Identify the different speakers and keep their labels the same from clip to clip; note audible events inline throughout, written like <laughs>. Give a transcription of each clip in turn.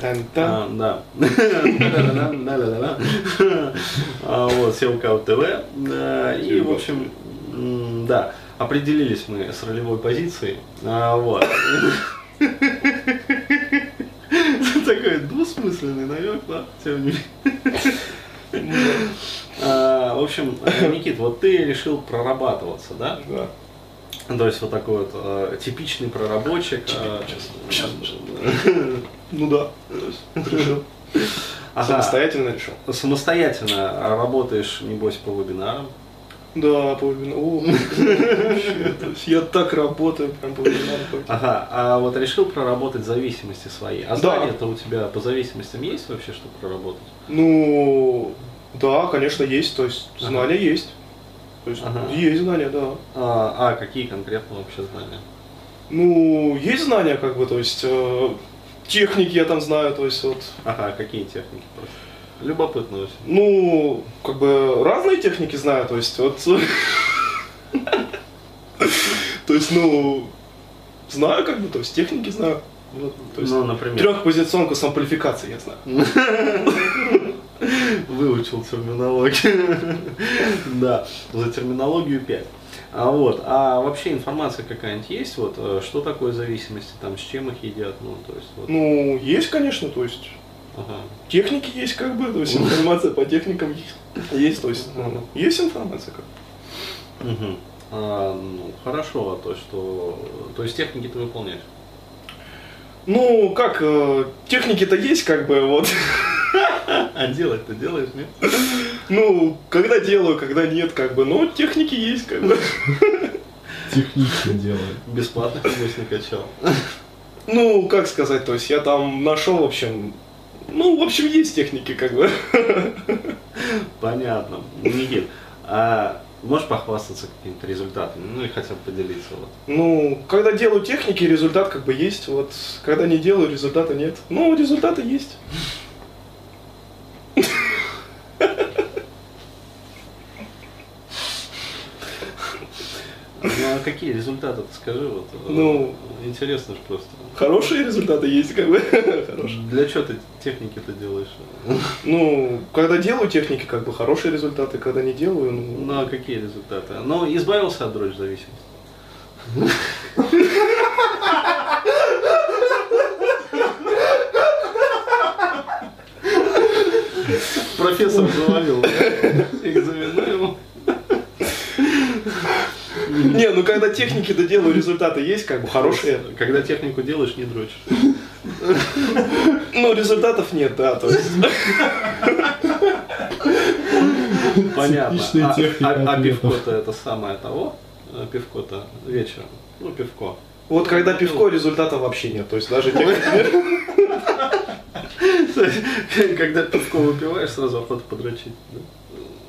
Speaker 1: Тан-тан.
Speaker 2: А, да. Ля-ля-ля-ля, ля-ля-ля-ля. <laughs> А, Вот, Селкау ТВ. Да, И, в общем, м, да, определились мы с ролевой позицией. А, Вот. <laughs> Такой двусмысленный намек, да, тем не менее. А, В общем, Никит, вот ты решил прорабатываться, да?
Speaker 1: Да.
Speaker 2: То есть вот такой вот э, типичный проработчик. э,
Speaker 1: Сейчас, Ну да. То есть, Решил. А,
Speaker 2: Ага.
Speaker 1: Самостоятельно решил.
Speaker 2: Самостоятельно работаешь, небось, по вебинарам.
Speaker 1: Да, по вебинару. О, <laughs> вообще, то есть Я так работаю, прям по вебинару. ходит.
Speaker 2: Ага, а вот решил проработать зависимости свои. А
Speaker 1: Да.
Speaker 2: знания-то у тебя по зависимостям есть вообще, что проработать?
Speaker 1: Ну, да, конечно, есть. То есть
Speaker 2: Ага.
Speaker 1: знания есть. То есть
Speaker 2: Ага.
Speaker 1: есть знания, да.
Speaker 2: А, а какие конкретно вообще знания?
Speaker 1: Ну, есть знания, как бы, то есть э, техники я там знаю, то есть вот.
Speaker 2: Ага, а какие техники просто? Любопытно очень.
Speaker 1: Ну, как бы разные техники знаю, то есть вот. <laughs> То есть, ну, знаю как бы, то есть техники знаю. Вот, то есть,
Speaker 2: Ну, например,
Speaker 1: трехпозиционку с амплификацией я знаю.
Speaker 2: выучил терминологию. <laughs> Да, за терминологию 5. А вот, а вообще информация какая-нибудь есть? Вот, э, что такое зависимости, там, с чем их едят, ну, то есть, вот.
Speaker 1: Ну, есть, конечно, то есть
Speaker 2: Ага.
Speaker 1: техники есть как бы, то есть информация по техникам есть. Есть, то есть, ну, есть информация как бы.
Speaker 2: Мгм. А, ну, хорошо, а то, что... То есть техники ты выполняешь? <laughs>
Speaker 1: Ну, как, э, техники-то есть как бы, вот. <laughs>
Speaker 2: А делать ты делаешь, нет?
Speaker 1: Ну, когда делаю, когда нет, как бы, но техники есть как бы.
Speaker 3: Технично делает.
Speaker 2: Бесплатно, небось, накачал.
Speaker 1: Ну, как сказать, то есть я там нашел, в общем, ну, в общем, есть техники, как бы. <laughs>
Speaker 2: Понятно. Никит, а можешь похвастаться какими-то результатами? Ну, или хотя бы поделиться вот.
Speaker 1: Ну, когда делаю техники, результат как бы есть, вот, когда не делаю, результата нет. Ну, результаты есть.
Speaker 2: Ну, а какие результаты, ты скажи, вот. э,
Speaker 1: Ну.
Speaker 2: Интересно же просто.
Speaker 1: Хорошие результаты есть, как бы. <laughs> Хорошие.
Speaker 2: Для чего ты техники-то делаешь?
Speaker 1: Ну, когда делаю техники, как бы, хорошие результаты, когда не делаю, ну...
Speaker 2: Ну, а какие результаты? Ну, избавился от дрожь зависимости. Профессор завалил да? экзаменуемого.
Speaker 1: Не, ну, когда техники доделаю, результаты есть, как бы, хорошие.
Speaker 2: Э, Когда технику делаешь, не
Speaker 3: <laughs>
Speaker 2: дрочишь.
Speaker 1: Ну, результатов нет, да, то есть...
Speaker 2: Понятно.
Speaker 3: Типичная
Speaker 2: А-
Speaker 3: техника
Speaker 2: а- А
Speaker 3: ответов.
Speaker 2: пивко-то это самое того? Э, Пивко-то вечером. Ну, пивко. <laughs>
Speaker 1: Вот когда пивко, результата вообще нет, то есть даже техники...
Speaker 2: Когда пивко выпиваешь, сразу охота подрочить.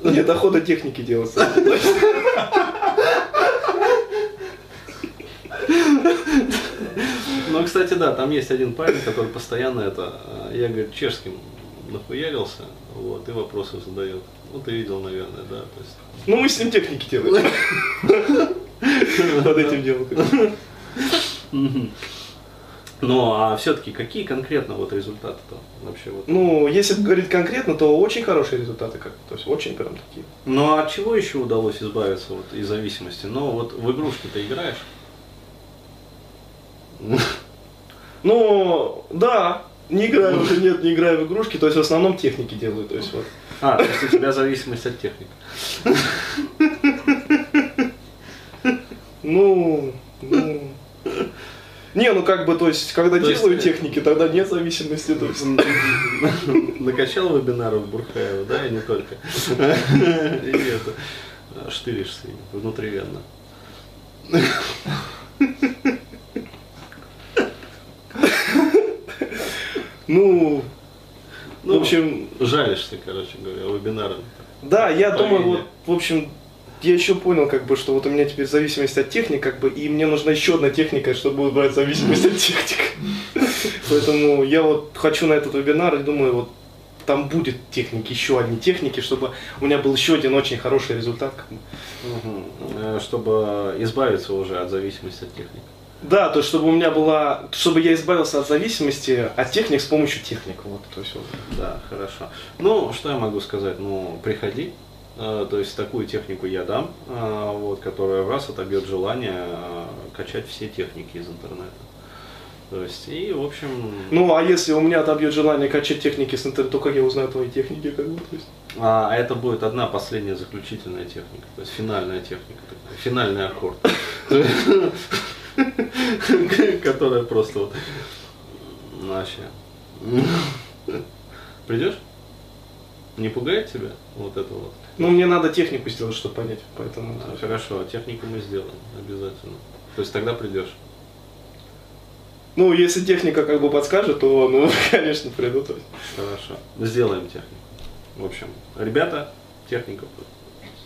Speaker 2: да?
Speaker 1: Нет, дохода техники делается.
Speaker 2: Ну, кстати, да, там есть один парень, который постоянно это, э, я, говорю, чешским нахуярился, вот, и вопросы задает. Ну, ты видел, наверное, да, то есть.
Speaker 1: Ну, мы с ним техники
Speaker 2: <laughs>
Speaker 1: делаем. Под этим делом. как бы.
Speaker 2: Мгм. Ну, а все-таки какие конкретно вот результаты-то вообще вот?
Speaker 1: Ну, если говорить конкретно, то очень хорошие результаты, как бы, то есть очень прям такие.
Speaker 2: Ну, а от чего еще удалось избавиться вот из зависимости? Ну, вот в игрушки ты играешь?
Speaker 1: Ну, да, не играю уже, нет, не играю в игрушки, то есть в основном техники делаю, то есть вот.
Speaker 2: А, то есть у тебя зависимость от техники.
Speaker 1: Ну, ну... Не, ну как бы, то есть, когда
Speaker 2: То есть
Speaker 1: делаю
Speaker 2: ты-
Speaker 1: техники, тогда нет зависимости, то есть.
Speaker 2: Накачал вебинаров Бурхаева, да, и не только. И это, э, штыришься им внутривенно.
Speaker 1: Ну,
Speaker 2: Ну,
Speaker 1: в общем,
Speaker 2: Жалишься, короче говоря, вебинаром.
Speaker 1: да, я думаю, вот,
Speaker 2: поведение.
Speaker 1: в общем, я еще понял, как бы, что вот у меня теперь зависимость от техник, как бы, и мне нужна еще одна техника, чтобы убрать зависимость от техник. Поэтому я вот хочу на этот вебинар и думаю, вот там будет техники, еще одни техники, чтобы у меня был еще один очень хороший результат. как бы.
Speaker 2: Э, Чтобы избавиться уже от зависимости от техники.
Speaker 1: Да, то есть, чтобы у меня была, чтобы я избавился от зависимости от техник с помощью техник, вот, то есть вот.
Speaker 2: Да, хорошо. Ну, что я могу сказать? Ну, приходи. Э, То есть такую технику я дам, э, вот, которая в раз отобьет желание э, качать все техники из интернета. То есть, и, в общем,
Speaker 1: Ну, а если у меня отобьет желание качать техники с интернета, то как я узнаю твои техники, как бы, то есть.
Speaker 2: а, это будет одна последняя заключительная техника, то есть финальная техника, такая, финальный аккорд, <laughs> которая просто вот вообще. Придешь? Не пугает тебя вот это вот?
Speaker 1: Ну, мне надо технику сделать, чтобы понять, поэтому.
Speaker 2: А, Хорошо, технику мы сделаем, обязательно. То есть тогда придешь.
Speaker 1: Ну, если техника как бы подскажет, то, ну, <laughs> конечно, приду. То есть.
Speaker 2: Хорошо. Сделаем технику. В общем, ребята, техника